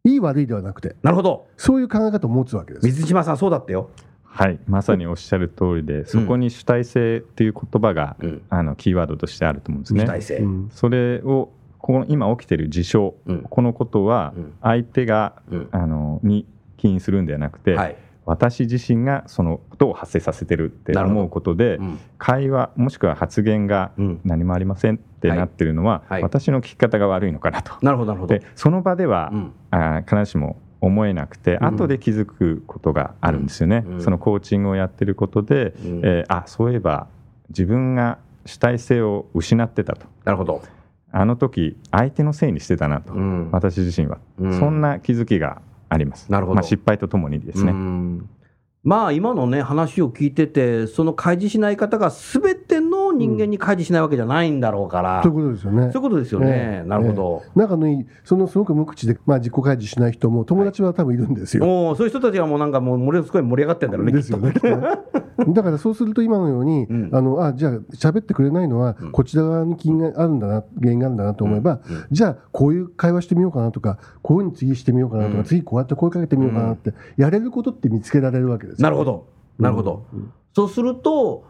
[SPEAKER 6] いい悪いではなくて
[SPEAKER 3] なるほど、
[SPEAKER 6] そういう考え方を持つわけです。
[SPEAKER 3] 水島さん、そうだったよ、
[SPEAKER 5] はい、まさにおっしゃる通りで、そこに主体性っていう言葉が、
[SPEAKER 3] うん、
[SPEAKER 5] あのキーワードとしてあると思うんです
[SPEAKER 3] 主
[SPEAKER 5] ね。
[SPEAKER 3] 体性、
[SPEAKER 6] うん
[SPEAKER 5] それをこの今起きてる事象、
[SPEAKER 3] うん
[SPEAKER 5] このことは
[SPEAKER 3] うん
[SPEAKER 5] 相手が、
[SPEAKER 3] うん
[SPEAKER 5] あのに起因するんではなくて、
[SPEAKER 3] はい、
[SPEAKER 5] 私自身がそのことを発生させてるって
[SPEAKER 3] なるほど
[SPEAKER 5] 思うことで、
[SPEAKER 3] うん
[SPEAKER 5] 会話もしくは発言が
[SPEAKER 3] うん
[SPEAKER 5] 何もありませんってなってるのは、
[SPEAKER 3] はいはい
[SPEAKER 5] 私の聞き方が悪いのかなと。
[SPEAKER 3] なるほど、なるほど、
[SPEAKER 5] でその場では、
[SPEAKER 3] うん
[SPEAKER 5] あー必ずしも思えなくて、
[SPEAKER 3] ん
[SPEAKER 5] 後で気づくことがあるんですよね、
[SPEAKER 3] うん
[SPEAKER 5] そのコーチングをやってることで、
[SPEAKER 3] うん
[SPEAKER 5] えーあそういえば自分が主体性を失ってたと
[SPEAKER 3] なるほど、
[SPEAKER 5] あの時相手のせいにしてたなと、
[SPEAKER 3] うん
[SPEAKER 5] 私自身は、
[SPEAKER 3] うん
[SPEAKER 5] そんな気づきがあります
[SPEAKER 3] なるほど
[SPEAKER 5] まあ、失敗とともにですね、
[SPEAKER 3] うんまあ今のね話を聞いててその開示しない方が全ての人間に開示しないわけじゃないんだろうから、
[SPEAKER 6] ということですよね
[SPEAKER 3] そういうことですよね、
[SPEAKER 6] ええ
[SPEAKER 3] なるほど、
[SPEAKER 6] 仲のいいそのすごく無口で、まあ、自己開示しない人も友達は多分いるんですよ。
[SPEAKER 3] おーそういう人たちがもうなんかもうものすごい盛り上がってんだろうね
[SPEAKER 6] ですよね、きっとね。 だからそうすると今のように、
[SPEAKER 3] うん
[SPEAKER 6] あのあじゃあ喋ってくれないのは
[SPEAKER 3] うん
[SPEAKER 6] こちら側に気があるんだな、原因があるんだなと思えば、
[SPEAKER 3] うんうん
[SPEAKER 6] じゃあこういう会話してみようかなとかこういうふうに次してみようかなとか、
[SPEAKER 3] うん
[SPEAKER 6] 次こうやって声かけてみようかなって、やれることって見つけられるわけですよ
[SPEAKER 3] なるほどなるほど、そうすると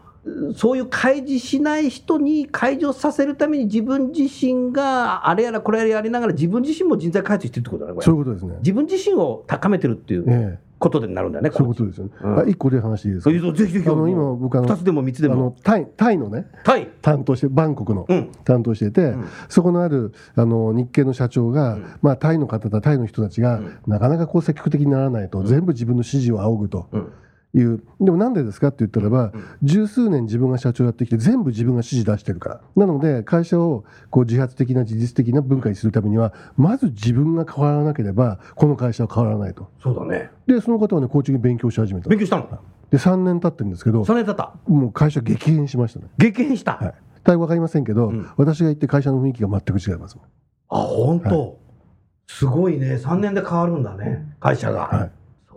[SPEAKER 3] そういう開示しない人に開示をさせるために自分自身があれやらこれやらやりながら自分自身も人材開発してるってことだねこ
[SPEAKER 6] そう
[SPEAKER 3] れ
[SPEAKER 6] いうことですね。
[SPEAKER 3] 自分自身を高めてるっていう
[SPEAKER 6] ええ
[SPEAKER 3] ことになるんだよね、
[SPEAKER 6] そうい
[SPEAKER 3] こ
[SPEAKER 6] うことですよね。
[SPEAKER 3] うん
[SPEAKER 6] あ一個で話していいです
[SPEAKER 3] そ
[SPEAKER 6] か
[SPEAKER 3] う。いうぜひぜひ
[SPEAKER 6] あの今僕あの
[SPEAKER 3] 2つでも3つ
[SPEAKER 6] あ
[SPEAKER 3] でも
[SPEAKER 6] のタイタイのね
[SPEAKER 3] タイ
[SPEAKER 6] 担当してバンコクの
[SPEAKER 3] うん
[SPEAKER 6] 担当していて、
[SPEAKER 3] ん
[SPEAKER 6] そこのあるあの日系の社長が、
[SPEAKER 3] ん
[SPEAKER 6] まあ、タイの方だタイの人たちが、
[SPEAKER 3] うん
[SPEAKER 6] なかなかこう積極的にならないと、全部自分の指示を仰ぐと
[SPEAKER 3] うん
[SPEAKER 6] いう、でもなんでですかって言ったらば、
[SPEAKER 3] うん
[SPEAKER 6] 十数年自分が社長やってきて全部自分が指示出してるからなので会社をこう自発的な自律的な文化にするためにはまず自分が変わらなければこの会社は変わらないと
[SPEAKER 3] そうだね
[SPEAKER 6] でその方はねコーチング勉強し始めた
[SPEAKER 3] 勉
[SPEAKER 6] で
[SPEAKER 3] 強したの
[SPEAKER 6] 3年経ってるんですけど
[SPEAKER 3] 3年経った
[SPEAKER 6] もう会社激変しましたね
[SPEAKER 3] 激変した、
[SPEAKER 6] はい大分わかりませんけど、
[SPEAKER 3] うん
[SPEAKER 6] 私が行って会社の雰囲気が全く違いますもん
[SPEAKER 3] あ本当、すごいね3年で変わるんだね会社が、
[SPEAKER 6] はい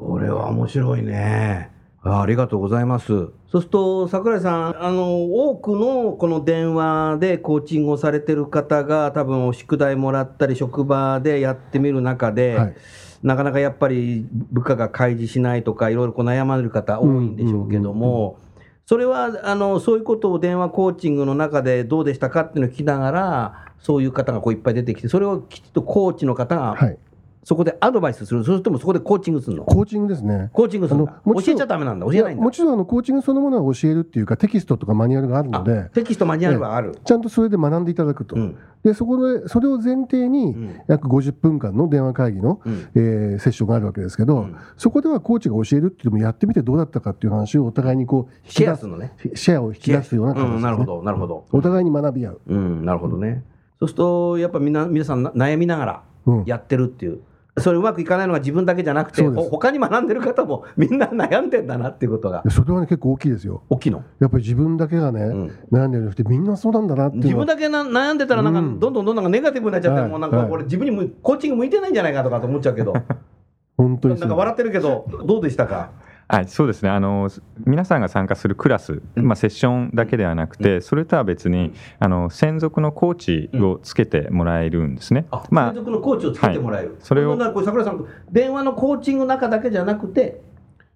[SPEAKER 3] それは面白いねあありがとうございますそうすると桜井さんあの多くのこの電話でコーチングをされてる方が多分お宿題もらったり職場でやってみる中で、
[SPEAKER 6] はい
[SPEAKER 3] なかなかやっぱり部下が開示しないとかいろいろこう悩まれる方多いんでしょうけども、それはあのそういうことを電話コーチングの中でどうでしたかっていうのを聞きながら、そういう方がこういっぱい出てきて、それをきちっとコーチの方が
[SPEAKER 6] はい、
[SPEAKER 3] そこでアドバイスする、それともそこでコーチングするの、
[SPEAKER 6] コーチングですね。
[SPEAKER 3] コーチングするんだ
[SPEAKER 6] あのもち
[SPEAKER 3] 教
[SPEAKER 6] ろ
[SPEAKER 3] え
[SPEAKER 6] ん
[SPEAKER 3] ちゃだめなんだ、教えない
[SPEAKER 6] や
[SPEAKER 3] んだ
[SPEAKER 6] も、ちろんあのコーチングそのものは教えるっていうかテキストとかマニュアルがあるの
[SPEAKER 3] あ
[SPEAKER 6] で
[SPEAKER 3] テキスト、マニュアルはある。
[SPEAKER 6] ちゃんとそれで学んでいただくと、
[SPEAKER 3] うん
[SPEAKER 6] でそこでそれを前提に
[SPEAKER 3] うん
[SPEAKER 6] 約50分間の電話会議の、
[SPEAKER 3] うん
[SPEAKER 6] えーセッションがあるわけですけど、
[SPEAKER 3] うん
[SPEAKER 6] そこではコーチが教えるっていうのもやってみてどうだったかっていう話をお互いにこう引
[SPEAKER 3] シ
[SPEAKER 6] き
[SPEAKER 3] ェア
[SPEAKER 6] 出
[SPEAKER 3] するのね。
[SPEAKER 6] すシェアを引き出すような形です、
[SPEAKER 3] う
[SPEAKER 6] ね
[SPEAKER 3] ん、なるほど、なるほど。
[SPEAKER 6] お互いに学び合う、
[SPEAKER 3] うん、なるほどね。そうすると、やっぱみんな、皆さんな悩みながら
[SPEAKER 6] うん
[SPEAKER 3] やってるっていう、それうまくいかないのが自分だけじゃなくて、
[SPEAKER 6] そうです
[SPEAKER 3] ほ他に学んでる方も みんな悩んでんだなっていうことが
[SPEAKER 6] でそれはね結構大きいですよ
[SPEAKER 3] 大きいの。
[SPEAKER 6] やっぱり自分だけがね、
[SPEAKER 3] うん
[SPEAKER 6] 悩んでるんじゃなくてみんなそうなんだなっていう
[SPEAKER 3] 自
[SPEAKER 6] のは
[SPEAKER 3] 分だけな悩んでたら、なんか、
[SPEAKER 6] うん
[SPEAKER 3] どんどんどんなんかネガティブになっちゃって、
[SPEAKER 6] はい
[SPEAKER 3] もうなんか、
[SPEAKER 6] はい
[SPEAKER 3] これ、自分にむコーチング向いてないんじゃないかとかと思っちゃうけど、
[SPEAKER 6] 本当
[SPEAKER 3] な
[SPEAKER 6] に
[SPEAKER 3] ん
[SPEAKER 6] そう
[SPEAKER 3] か笑ってるけど、どうでしたか、
[SPEAKER 5] はい、そうですねあの皆さんが参加するクラス、
[SPEAKER 3] うん
[SPEAKER 5] まあ、セッションだけではなくて、それとは別にあの専属のコーチをつけてもらえるんですね。
[SPEAKER 3] あ
[SPEAKER 5] まあ
[SPEAKER 3] 専属のコーチをつけてもらえる、
[SPEAKER 5] それを
[SPEAKER 3] こんなこれ桜井さん、電話のコーチングの中だけじゃなくて、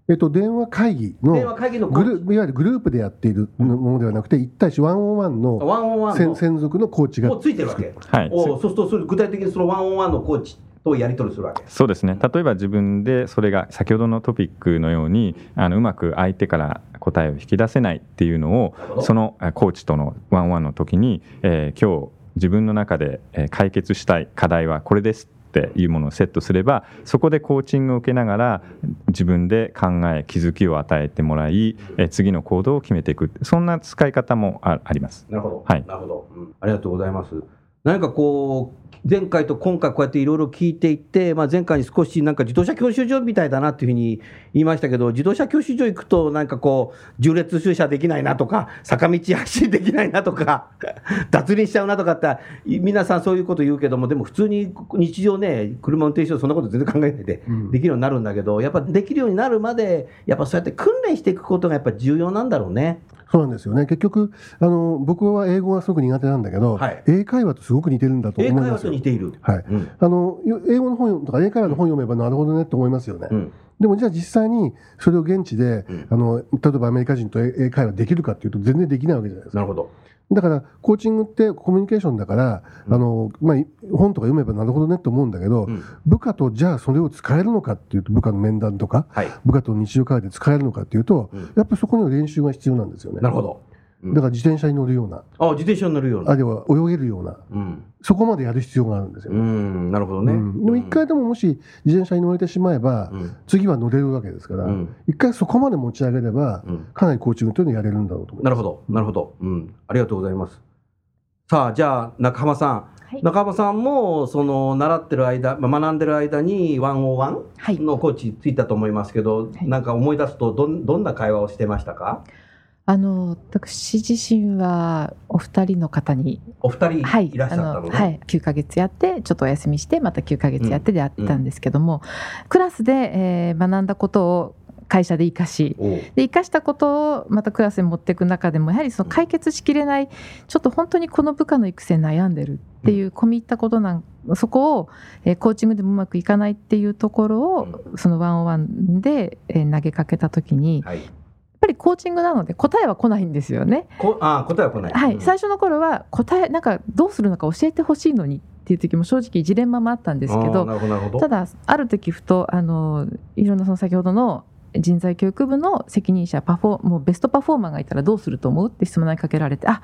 [SPEAKER 6] えっと、電話会議
[SPEAKER 3] 電話
[SPEAKER 6] の
[SPEAKER 3] 会議のコ
[SPEAKER 6] グ
[SPEAKER 3] ーチ
[SPEAKER 6] ルいわゆるグループでやっているものではなくて1対1ワンオンワンの
[SPEAKER 3] ワンオンワン
[SPEAKER 6] 専
[SPEAKER 3] の
[SPEAKER 6] 専属のコーチが
[SPEAKER 3] もうついてるわけ。
[SPEAKER 5] はい、
[SPEAKER 3] おうそうするとそれ具体的にそのワンオンワンのコーチとやり取りするわけ。
[SPEAKER 5] そうですね例えば自分でそれが先ほどのトピックのようにあのうまく相手から答えを引き出せないっていうのを
[SPEAKER 3] なるほど
[SPEAKER 5] そのあコーチとのワンオンワンの時に、えー今日自分の中でえー解決したい課題はこれですっていうものをセットすればそこでコーチングを受けながら自分で考え気づきを与えてもらい、えー次の行動を決めていくそんな使い方もああります。
[SPEAKER 3] なるほど。
[SPEAKER 5] はい
[SPEAKER 3] なるほど、うんありがとうございます。何かこう前回と今回こうやっていろいろ聞いていって、まあ、前回に少しなんか自動車教習所みたいだなっていうふうに言いましたけど自動車教習所行くとなんかこう縦列駐車できないなとか坂道走りできないなとか 脱輪しちゃうなとかってい皆さんそういうこと言うけどもでも普通に日常ね車運転してる人そんなこと全然考えないで
[SPEAKER 6] うん
[SPEAKER 3] できるようになるんだけどやっぱできるようになるまでやっぱそうやって訓練していくことがやっぱ重要なんだろうね。
[SPEAKER 6] そうなんですよね結局あの僕は英語がすごく苦手なんだけど、
[SPEAKER 3] はい
[SPEAKER 6] 英会話とすごく似てるんだと
[SPEAKER 3] 英
[SPEAKER 6] 思い
[SPEAKER 3] 会
[SPEAKER 6] ま
[SPEAKER 3] 話
[SPEAKER 6] す
[SPEAKER 3] と
[SPEAKER 6] よ
[SPEAKER 3] 似ている、
[SPEAKER 6] はい
[SPEAKER 3] うん
[SPEAKER 6] あのよ英語の本とか英会話の本読めばなるほどねと思いますよね、
[SPEAKER 3] うん
[SPEAKER 6] でもじゃあ実際にそれを現地で、
[SPEAKER 3] うん
[SPEAKER 6] あの例えばアメリカ人と英英会話できるかっていうと全然できないわけじゃないです
[SPEAKER 3] な
[SPEAKER 6] か
[SPEAKER 3] るほど。
[SPEAKER 6] だからコーチングってコミュニケーションだから、
[SPEAKER 3] うん
[SPEAKER 6] あのまあ、い本とか読めばなるほどねと思うんだけど、
[SPEAKER 3] うん
[SPEAKER 6] 部下とじゃあそれを使えるのかっていうと部下の面談とか
[SPEAKER 3] はい。
[SPEAKER 6] 部下との日常会話で使えるのかっていうと、
[SPEAKER 3] うん
[SPEAKER 6] やっぱりそこには練習が必要なんですよね
[SPEAKER 3] なるほど。うん
[SPEAKER 6] だから自転車に乗るような
[SPEAKER 3] あ、自転車に乗るよう
[SPEAKER 6] あ
[SPEAKER 3] な。
[SPEAKER 6] るいは泳げるような
[SPEAKER 3] うん。
[SPEAKER 6] そこまでやる必要があるんです
[SPEAKER 3] う
[SPEAKER 6] よ、
[SPEAKER 3] ん、なるほどね。
[SPEAKER 6] うんでも一回でももし自転車に乗れてしまえば、
[SPEAKER 3] うん。
[SPEAKER 6] 次は乗れるわけですから、
[SPEAKER 3] うん。
[SPEAKER 6] 一回そこまで持ち上げれば、
[SPEAKER 3] うん。
[SPEAKER 6] かなりコーチングというのをやれるんだろうと思い
[SPEAKER 3] な
[SPEAKER 6] ま
[SPEAKER 3] るほど。なるほど。うん。ありがとうございます。さあ、じゃあ、中浜さん。
[SPEAKER 4] はい
[SPEAKER 3] 中浜さんも、その、習ってる間、まあ学んでる間に、ワンオワン
[SPEAKER 4] はい
[SPEAKER 3] のコーチついたと思いますけど、
[SPEAKER 4] はい
[SPEAKER 3] なんか思い出すと、どん、どんな会話をしてましたか
[SPEAKER 4] あの私自身はお二人の方に、
[SPEAKER 3] お二人
[SPEAKER 4] はい
[SPEAKER 3] いらっしゃった
[SPEAKER 4] あ
[SPEAKER 3] のね。
[SPEAKER 4] のはい、9ヶ月やってちょっとお休みしてまた9ヶ月やってでやってたんですけども、クラスで、えー学んだことを会社で生かし
[SPEAKER 3] おう
[SPEAKER 4] で生かしたことをまたクラスに持っていく中でもやはりその解決しきれないちょっと本当にこの部下の育成悩んでるっていう込み入ったことなんそこを、えーコーチングでもうまくいかないっていうところをそのワンオンワンで、えー投げかけた時にやっ
[SPEAKER 3] はい。
[SPEAKER 4] ぱりコーチングなので答えは来ないんですよね。
[SPEAKER 3] こ、あ、答えは来ない。
[SPEAKER 4] は
[SPEAKER 3] う
[SPEAKER 4] い、
[SPEAKER 3] ん
[SPEAKER 4] 最初の頃は答えなんかどうするのか教えてほしいのにっていう時も正直ジレンマもあったんですけ
[SPEAKER 3] あー
[SPEAKER 4] ど
[SPEAKER 3] なるほど、なるほど
[SPEAKER 4] た。だある時ふとあのいろんなその先ほどの人材教育部の責任者パフォーもうベストパフォーマーがいたらどうすると思うって質問にかけられてあ、
[SPEAKER 3] うん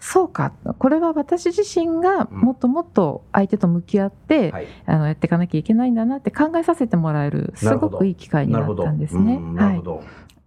[SPEAKER 4] そうかこれは私自身がもっともっと相手と向き合って、
[SPEAKER 3] はい。
[SPEAKER 4] あのやっていかなきゃいけないんだなって考えさせてもらえるすごくいい機会に
[SPEAKER 3] なる
[SPEAKER 4] な
[SPEAKER 3] ほ
[SPEAKER 4] っ
[SPEAKER 3] ど。
[SPEAKER 4] たんですね。
[SPEAKER 3] うんな
[SPEAKER 4] は
[SPEAKER 3] るほ
[SPEAKER 4] い、
[SPEAKER 3] ど。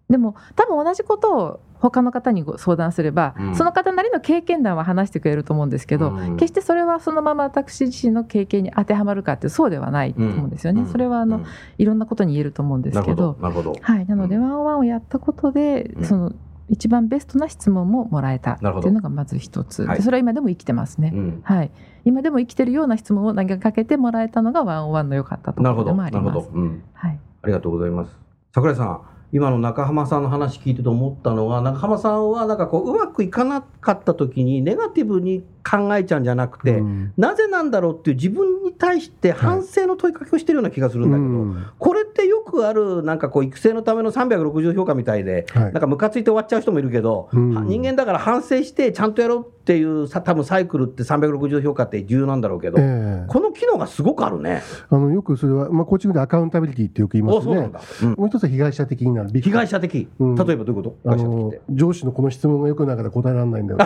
[SPEAKER 4] でも多分同じことを他の方にご相談すれば、
[SPEAKER 3] うん
[SPEAKER 4] その方なりの経験談は話してくれると思うんですけ
[SPEAKER 3] う
[SPEAKER 4] ど、
[SPEAKER 3] ん
[SPEAKER 4] 決してそれはそのまま私自身の経験に当てはまるかってそうではないと思うんですよね。それはあ
[SPEAKER 3] う
[SPEAKER 4] の、
[SPEAKER 3] ん
[SPEAKER 4] いろんなことに言えると思うんですけど
[SPEAKER 3] なるほど
[SPEAKER 4] はい、なので
[SPEAKER 3] うん
[SPEAKER 4] ワンオンワンをやったことで、
[SPEAKER 3] うん
[SPEAKER 4] その一番ベストな質問ももらえたって
[SPEAKER 3] なるほど
[SPEAKER 4] いうのがまず一つ、
[SPEAKER 3] はい
[SPEAKER 4] でそれは今でも生きてますね、
[SPEAKER 3] うん
[SPEAKER 4] はい、今でも生きてるような質問を投げかけてもらえたのがワンオンワンの良かったと
[SPEAKER 3] なる
[SPEAKER 4] こ
[SPEAKER 3] ほ
[SPEAKER 4] ろで
[SPEAKER 3] ど
[SPEAKER 4] もあ
[SPEAKER 3] な
[SPEAKER 4] り
[SPEAKER 3] る
[SPEAKER 4] ま
[SPEAKER 3] ほ
[SPEAKER 4] す
[SPEAKER 3] ど、うん
[SPEAKER 4] はい、
[SPEAKER 3] ありがとうございます桜井さん今の中浜さんの話聞いてて思ったのは中浜さんはなんかこううまくいかなかった時にネガティブに考えちゃうんじゃなくて、
[SPEAKER 6] うん
[SPEAKER 3] なぜなんだろうっていう自分に対して反省の問いかけをしてるような気がするんだけど、
[SPEAKER 6] うん
[SPEAKER 3] これってよくあるなんかこう育成のための360評価みたいで、
[SPEAKER 6] は
[SPEAKER 3] な
[SPEAKER 6] い
[SPEAKER 3] んかムカついて終わっちゃう人もいるけど、
[SPEAKER 6] うん
[SPEAKER 3] は人間だから反省してちゃんとやろうっていうさ多分サイクルって360評価って重要なんだろうけど、
[SPEAKER 6] ええ
[SPEAKER 3] この機能がすごくあるね。
[SPEAKER 6] あのよくそれは、まあ、コーチングでアカウンタビリティってよく言いま
[SPEAKER 3] お
[SPEAKER 6] す
[SPEAKER 3] そうなん
[SPEAKER 6] ね。
[SPEAKER 3] だ、うん
[SPEAKER 6] もう一つは被害者的になる。
[SPEAKER 3] 被害者的、
[SPEAKER 6] うん
[SPEAKER 3] 例えばどういうこと、
[SPEAKER 6] あ
[SPEAKER 3] 被害者
[SPEAKER 6] の
[SPEAKER 3] 的って
[SPEAKER 6] 上司のこの質問がよくなかったら答えられないんだよ。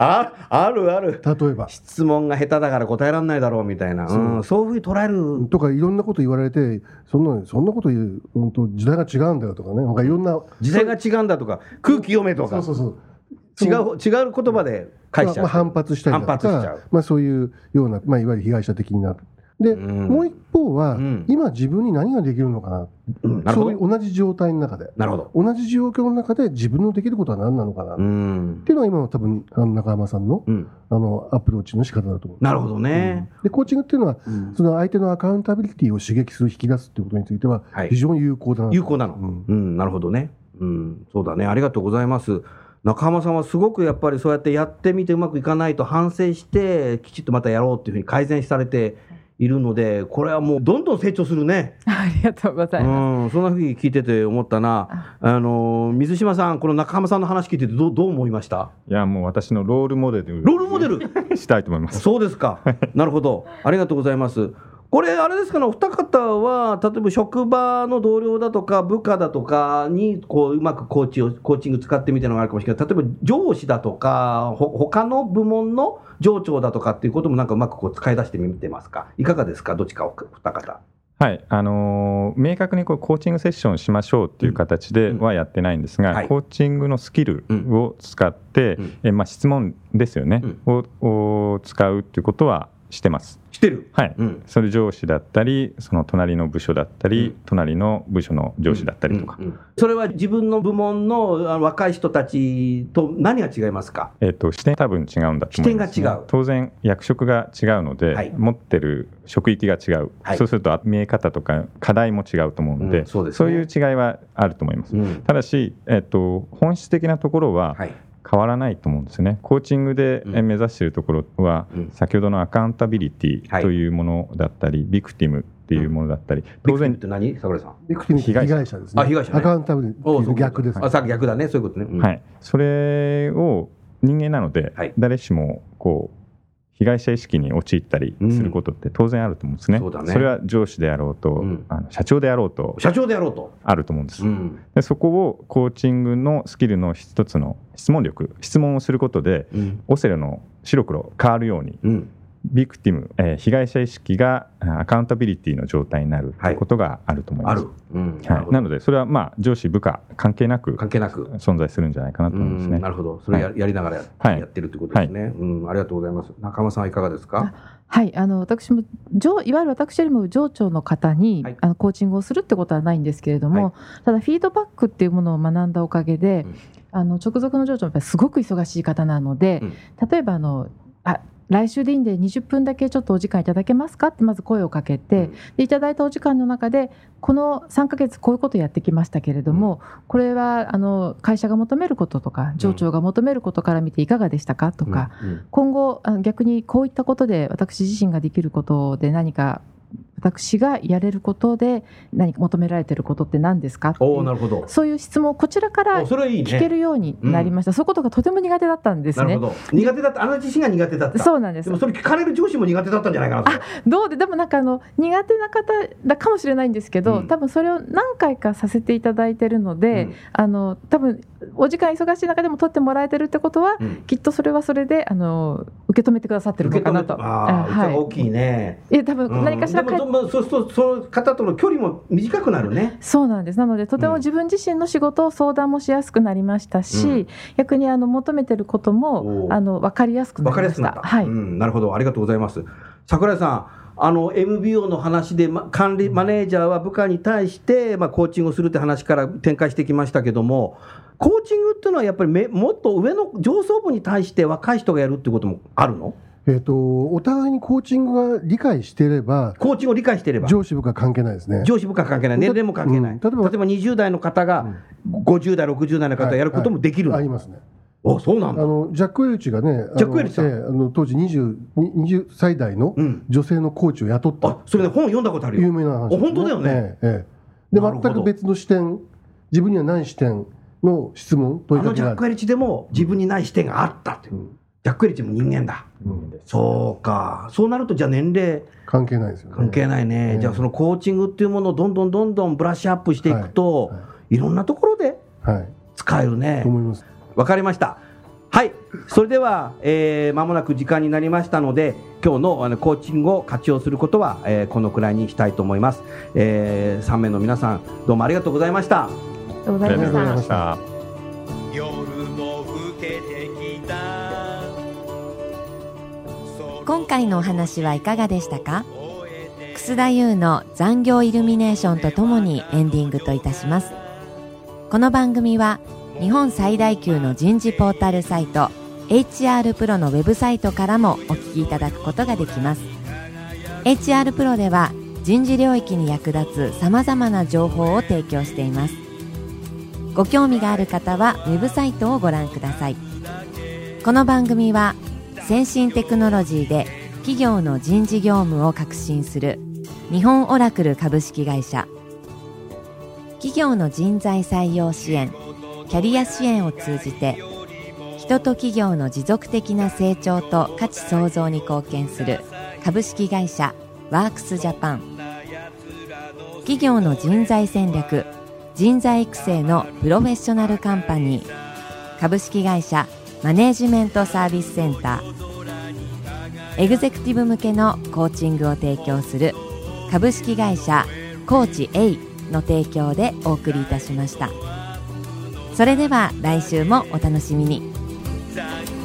[SPEAKER 3] ああるある
[SPEAKER 6] 例えば。
[SPEAKER 3] 質問が下手だから答えられないだろうみたいなそう,、ん、そういうふうに捉える
[SPEAKER 6] とかいろんなこと言われてそんなそんなこと言う本当時代が違うんだよとかねなんかいろんな
[SPEAKER 3] 時代が違うんだとか空気読めと
[SPEAKER 6] そ
[SPEAKER 3] か
[SPEAKER 6] うそうそう
[SPEAKER 3] 違う違う言葉で返しちゃう、
[SPEAKER 6] まあまあ反発したりだと
[SPEAKER 3] 反発しちゃ
[SPEAKER 6] か
[SPEAKER 3] う
[SPEAKER 6] まあ、そういうような、まあ、いわゆる被害者的になるで、
[SPEAKER 3] うん
[SPEAKER 6] もう一方は、
[SPEAKER 3] うん
[SPEAKER 6] 今自分に何ができるのかな
[SPEAKER 3] うんなる
[SPEAKER 6] そ
[SPEAKER 3] ほ
[SPEAKER 6] うい
[SPEAKER 3] ど
[SPEAKER 6] う同じ状態の中で
[SPEAKER 3] なるほど
[SPEAKER 6] 同じ状況の中で自分のできることは何なのかな、
[SPEAKER 3] う
[SPEAKER 6] っ
[SPEAKER 3] ん
[SPEAKER 6] ていうのが今の多分あの中山さんの
[SPEAKER 3] うん
[SPEAKER 6] あのアプローチの仕方だと思う。
[SPEAKER 3] なるほどね、
[SPEAKER 6] でコーチングっていうのは、
[SPEAKER 3] うん
[SPEAKER 6] その相手のアカウンタビリティを刺激する、引き出すっていうことについては、
[SPEAKER 3] はい
[SPEAKER 6] 非常に有効だなと
[SPEAKER 3] 有効なの
[SPEAKER 6] うん
[SPEAKER 3] うん、なるほどね、うん、そうだねありがとうございます中浜さんはすごくやっぱりそうやってやってみてうまくいかないと反省してきちっとまたやろうっていうふうに改善されているのでこれはもうどんどん成長するね
[SPEAKER 4] ありがとうござい
[SPEAKER 3] う
[SPEAKER 4] ます。
[SPEAKER 3] ん、そんなふうに聞いてて思ったな、あの水島さん、この中浜さんの話聞いててどう、どう思いました
[SPEAKER 5] いやもう私のロールモデル
[SPEAKER 3] ロールモデル、
[SPEAKER 5] したいと思います。
[SPEAKER 3] そうですか、なるほど、ありがとうございます。これ、あれですかね、お二方は、例えば職場の同僚だとか、部下だとかにこううまくコーチをコーチング使ってみたいなのがあるかもしれない、例えば上司だとか、ほ他の部門の上長だとかっていうことも、なんかうまくこう使い出してみてますか、いかがですか、どっちかお二方。
[SPEAKER 5] はい、あのー明確にこうコーチングセッションをしましょうっていう形で
[SPEAKER 3] うん
[SPEAKER 5] はやってないんですが、
[SPEAKER 3] はい
[SPEAKER 5] コーチングのスキルを使って、
[SPEAKER 3] うん
[SPEAKER 5] えまあ、質問ですよね、をを使うっていうことはしてます。
[SPEAKER 3] してる、
[SPEAKER 5] はい、
[SPEAKER 3] うん、
[SPEAKER 5] それ上司だったりその隣の部署だった
[SPEAKER 3] う
[SPEAKER 5] り、
[SPEAKER 3] ん
[SPEAKER 5] 隣の部署の上司だったりとか、
[SPEAKER 3] うんうんそれは自分の部門のあの若い人たちと何が違いますか
[SPEAKER 5] えっと視点多分違うんだと思います、
[SPEAKER 3] 視点が違う
[SPEAKER 5] 当然役職が違うので、
[SPEAKER 3] はい
[SPEAKER 5] 持ってる職域が違う、
[SPEAKER 3] はい
[SPEAKER 5] そうすると見え方とか課題も違うと思うので,、
[SPEAKER 3] うんそうですね
[SPEAKER 5] いう違いはあると思います、
[SPEAKER 3] うん
[SPEAKER 5] ただし、えっと本質的なところは
[SPEAKER 3] はい
[SPEAKER 5] 変わらないと思うんですよねコーチングで
[SPEAKER 3] うん
[SPEAKER 5] え目指しているところは、
[SPEAKER 3] うん
[SPEAKER 5] 先ほどのアカウンタビリテ
[SPEAKER 3] は
[SPEAKER 5] ィ
[SPEAKER 3] い
[SPEAKER 5] というものだったり、ビクティムっていうものだったり当
[SPEAKER 3] ビ
[SPEAKER 5] 然
[SPEAKER 3] クティブって何桜井さん
[SPEAKER 6] ビクティブ被害者ですね。
[SPEAKER 3] あ被害者ね
[SPEAKER 6] アカウンタビリテ
[SPEAKER 3] おう
[SPEAKER 6] ィ
[SPEAKER 3] そう
[SPEAKER 6] の逆です。
[SPEAKER 3] あさっき逆だねそういうことね、うん
[SPEAKER 5] はい、それを人間なので、
[SPEAKER 3] はい
[SPEAKER 5] 誰しもこう被害者意識に陥ったりすることって当然あると思うんですね。
[SPEAKER 3] そうだね
[SPEAKER 5] れは上司であろうと、
[SPEAKER 3] うん
[SPEAKER 5] あの社長であろうと
[SPEAKER 3] 社長でやろうと、
[SPEAKER 5] あると思うんです。
[SPEAKER 3] うん
[SPEAKER 5] でそこをコーチングのスキルの一つの質問力質問をすることで
[SPEAKER 3] うん
[SPEAKER 5] オセロの白黒変わるように
[SPEAKER 3] うん
[SPEAKER 5] ビクティム、えー被害者意識があアカウンタビリティの状態になるということがあると思い
[SPEAKER 3] あ
[SPEAKER 5] ます。
[SPEAKER 3] る、うん
[SPEAKER 5] はい
[SPEAKER 3] るほど
[SPEAKER 5] なのでそれはまあ上司部下関係なく
[SPEAKER 3] 関係なく、
[SPEAKER 5] 存在するんじゃないかなと
[SPEAKER 3] う
[SPEAKER 5] 思いますね。
[SPEAKER 3] んなるほどそれや,、
[SPEAKER 5] は
[SPEAKER 3] やりながらや,、
[SPEAKER 5] はい
[SPEAKER 3] ってるってことですね、うんありがとうございます中間さんはいかがですか
[SPEAKER 4] はい、あの私も上いわゆる私よりも上長の方に、
[SPEAKER 3] はい
[SPEAKER 4] あのコーチングをするってことはないんですけれども、
[SPEAKER 3] は
[SPEAKER 4] ただフィードバックっていうものを学んだおかげで、
[SPEAKER 3] うん
[SPEAKER 4] あの直属の上長もやっぱりすごく忙しい方なので、
[SPEAKER 3] うん
[SPEAKER 4] 例えばあのあ来週でいいんで20分だけちょっとお時間いただけますかってまず声をかけて、
[SPEAKER 3] うん
[SPEAKER 4] でいただいたお時間の中でこの3ヶ月こういうことやってきましたけれども、これはあの会社が求めることとか上長が求めることから見ていかがでしたかとか、
[SPEAKER 3] うん
[SPEAKER 4] 今後あの逆にこういったことで私自身ができることで何か私がやれることで何か求められてることって何ですかってい
[SPEAKER 3] おお
[SPEAKER 4] う
[SPEAKER 3] なるほど
[SPEAKER 4] そういう質問をこちらから
[SPEAKER 3] おそれはいいね
[SPEAKER 4] 聞けるようになりました、そういうことがとても苦手だったんです
[SPEAKER 3] なる
[SPEAKER 4] ね
[SPEAKER 3] ほ。ど苦手だったあなた自身が苦手だった
[SPEAKER 4] そうなんです
[SPEAKER 3] でもそれ聞かれる上司も苦手だったんじゃないかなと
[SPEAKER 4] どうででもなんかあの苦手な方だかもしれないんですけ
[SPEAKER 3] う
[SPEAKER 4] ど、
[SPEAKER 3] ん
[SPEAKER 4] 多分それを何回かさせていただいてるので、あの多分お時間忙しい中でも取ってもらえてるってことは
[SPEAKER 3] うんうん
[SPEAKER 4] きっとそれはそれであの受け止めてくださってる
[SPEAKER 3] 受け
[SPEAKER 4] のか
[SPEAKER 3] 止め
[SPEAKER 4] な
[SPEAKER 3] て
[SPEAKER 4] と。
[SPEAKER 3] あ
[SPEAKER 4] あ
[SPEAKER 3] あ、は、
[SPEAKER 4] はい
[SPEAKER 3] 大きいね。
[SPEAKER 4] え多分
[SPEAKER 3] うん
[SPEAKER 4] 何かしら
[SPEAKER 3] で
[SPEAKER 4] かえ
[SPEAKER 3] もでもそうするとその方との距離も短くなるね。
[SPEAKER 4] そうなんですなのでとて
[SPEAKER 3] うん
[SPEAKER 4] も自分自身の仕事を相談もしやすくなりましたし、
[SPEAKER 3] うん
[SPEAKER 4] 逆にあの求めてること
[SPEAKER 3] お
[SPEAKER 4] も
[SPEAKER 3] ー
[SPEAKER 4] あの分かりやすくな
[SPEAKER 3] わか
[SPEAKER 4] り
[SPEAKER 3] り
[SPEAKER 4] ま
[SPEAKER 3] やすくな
[SPEAKER 4] した。
[SPEAKER 3] った。
[SPEAKER 4] はい、
[SPEAKER 3] うん、なるほど、ありがとうございます。桜井さん、あの MBO の話で、ま、管理マネージャーは部下に対してまあコーチングをするって話から展開してきましたけども、コーチングっていうのはやっぱりめもっと上の上層部に対して若い人がやるってこともあるの？
[SPEAKER 6] ええっと、お互いにコーチングが理解していれば、
[SPEAKER 3] コーチングを理解していれば、
[SPEAKER 6] 上司部下関係ないですね。
[SPEAKER 3] 上司部下関係ない、年齢も関係な
[SPEAKER 6] う
[SPEAKER 3] い
[SPEAKER 6] ん、例えば
[SPEAKER 3] 例えば20代の方が50代、60代の方をやることもできるの、
[SPEAKER 6] ありますね。
[SPEAKER 3] おそうな
[SPEAKER 6] あ
[SPEAKER 3] んだ、
[SPEAKER 6] のジャック・エリチがね、あの
[SPEAKER 3] ジャックエリチさん
[SPEAKER 6] ええあの当時 20, 20歳代の
[SPEAKER 3] うん、
[SPEAKER 6] 女性のコーチを雇った
[SPEAKER 3] あそれね、本読んだことある
[SPEAKER 6] 有
[SPEAKER 3] よ、
[SPEAKER 6] 名な話、
[SPEAKER 3] あ本当だよね
[SPEAKER 6] ええええで
[SPEAKER 3] なるほ
[SPEAKER 6] 全
[SPEAKER 3] ど
[SPEAKER 6] く別の視点自分にはない視点の質問
[SPEAKER 3] あ
[SPEAKER 6] 問いか
[SPEAKER 3] の
[SPEAKER 6] け
[SPEAKER 3] ジャ
[SPEAKER 6] があ
[SPEAKER 3] ッ
[SPEAKER 6] る
[SPEAKER 3] ク・エリチでも自分にない視点があったっていう、
[SPEAKER 6] うん
[SPEAKER 3] ジャック・エリチも人間だ、
[SPEAKER 6] うん
[SPEAKER 3] そうか、そうなると、じゃあ年齢
[SPEAKER 6] 関係ないですよね
[SPEAKER 3] 関係ないね、
[SPEAKER 6] うん
[SPEAKER 3] じゃあそのコーチングっていうものをどんどんどんどんブラッシュアップしていくと、
[SPEAKER 6] はいいは
[SPEAKER 3] ろんなところで
[SPEAKER 6] はい
[SPEAKER 3] 使えるね
[SPEAKER 6] と。思います
[SPEAKER 3] わかりました。はい。それでは、えー、間もなく時間になりましたので、今日のあのコーチングを活用することは、えーこのくらいにしたいと思います。え3名の皆さん、どうもありがとうございました。
[SPEAKER 1] ありがとうござ
[SPEAKER 5] あり
[SPEAKER 1] い
[SPEAKER 5] が
[SPEAKER 1] ま
[SPEAKER 5] と
[SPEAKER 1] し
[SPEAKER 5] うござい
[SPEAKER 1] た
[SPEAKER 5] ました。
[SPEAKER 2] 夜も更けてきた
[SPEAKER 1] 今回のお話はいかがでしたか楠田優の残業イルミネーションとともにエンディングといたしますこの番組は日本最大級の人事ポータルサイト HR プロのウェブサイトからもお聞きいただくことができます HR プロでは人事領域に役立つ様々な情報を提供していますご興味がある方はウェブサイトをご覧くださいこの番組は先進テクノロジーで企業の人事業務を革新する日本オラクル株式会社企業の人材採用支援キャリア支援を通じて人と企業の持続的な成長と価値創造に貢献する株式会社ワークスジャパン企業の人材戦略人材育成のプロフェッショナルカンパニー株式会社マネージメントサービスセンターエグゼクティブ向けのコーチングを提供する株式会社コーチ A の提供でお送りいたしましたそれでは来週もお楽しみに
[SPEAKER 2] 残